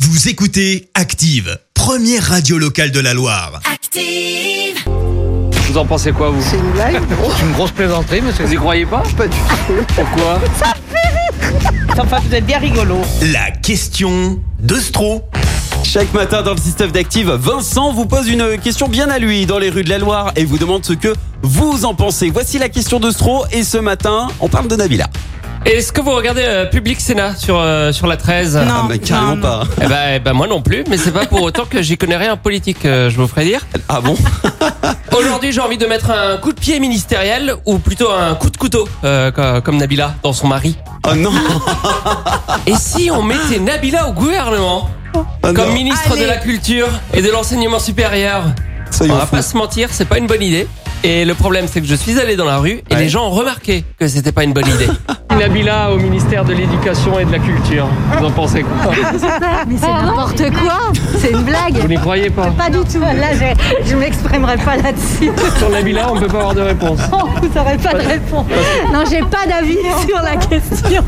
Vous écoutez Active, première radio locale de la Loire. Active! Vous en pensez quoi, vous C'est une blague C'est une grosse plaisanterie, monsieur. Vous y croyez pas Pas du tout. Pourquoi Enfin, vous êtes bien rigolo. La question de Stro. Chaque matin dans le système d'Active, Vincent vous pose une question bien à lui dans les rues de la Loire et vous demande ce que vous en pensez. Voici la question de Stro et ce matin, on parle de Nabila. Est-ce que vous regardez euh, Public Sénat sur, euh, sur la 13 Non, ah bah carrément non, pas. Eh ben, eh ben, moi non plus, mais c'est pas pour autant que j'y connais rien en politique, euh, je vous ferai dire. Ah bon Aujourd'hui, j'ai envie de mettre un coup de pied ministériel ou plutôt un coup de couteau, euh, co- comme Nabila dans son mari. Oh non Et si on mettait Nabila au gouvernement Ah comme non. ministre Allez. de la culture et de l'enseignement supérieur Soyons On va fous. pas se mentir, c'est pas une bonne idée. Et le problème, c'est que je suis allé dans la rue et Ouais. les gens ont remarqué que c'était pas une bonne idée. Nabila au ministère de l'Éducation et de la Culture. Vous en pensez quoi Mais c'est n'importe quoi C'est une blague n'y croyez pas Pas du tout. Là, je- je m'exprimerai pas là-dessus. Sur Nabila, on ne peut pas avoir de réponse. Vous n'aurez pas de réponse. Non, j'ai pas d'avis sur la question.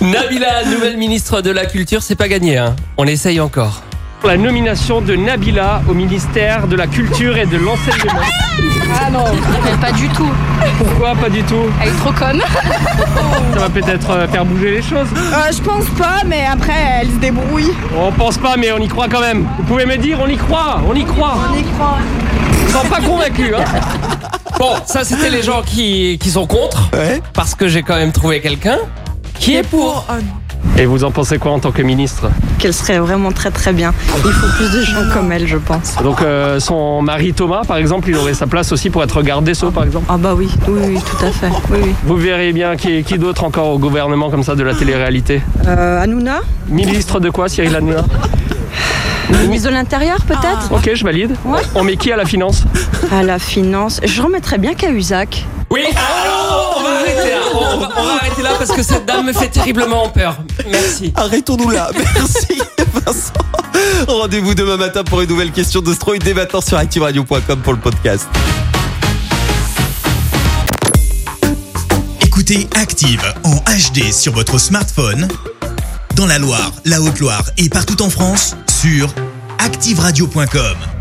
Nabila, nouvelle ministre de la culture, c'est pas gagné. Hein. On essaye encore. La nomination de Nabila au ministère de la Culture et de l'Enseignement. Ah pas du tout. Pourquoi pas du tout Elle est trop conne. Ça va peut-être euh, faire bouger les choses. Euh, je pense pas, mais après, elle se débrouille. On pense pas, mais on y croit quand même. Vous pouvez me dire, on y croit, on y croit. On y croit. Ils sont pas convaincus, hein Bon, ça c'était les gens qui, qui sont contre, Ouais. parce que j'ai quand même trouvé quelqu'un qui est pour. Et vous en pensez quoi en tant que ministre Qu'elle serait vraiment très très bien. Il faut plus de gens comme elle, je pense. Donc euh, son mari Thomas, par exemple, il aurait sa place aussi pour être garde des Sceaux, par exemple. Ah bah oui, oui, oui, tout à fait. Oui, oui. Vous verrez bien qui, qui d'autre encore au gouvernement comme ça de la télé-réalité Euh, Hanouna Ministre de quoi, Cyril Hanouna Ministre de l'Intérieur, peut-être Ok, je valide. Ouais. On met qui à la finance À la finance. Je remettrais bien Cahuzac. Oui, alors on va arrêter là. On va, on va arrêter là parce que cette dame me fait terriblement peur. Merci. Arrêtons-nous là. Merci Vincent. Rendez-vous demain matin pour une nouvelle question de Stro et dès maintenant sur activeradio.com pour le podcast. Écoutez Active en HD sur votre smartphone, dans la Loire, la Haute-Loire et partout en France, sur activeradio.com.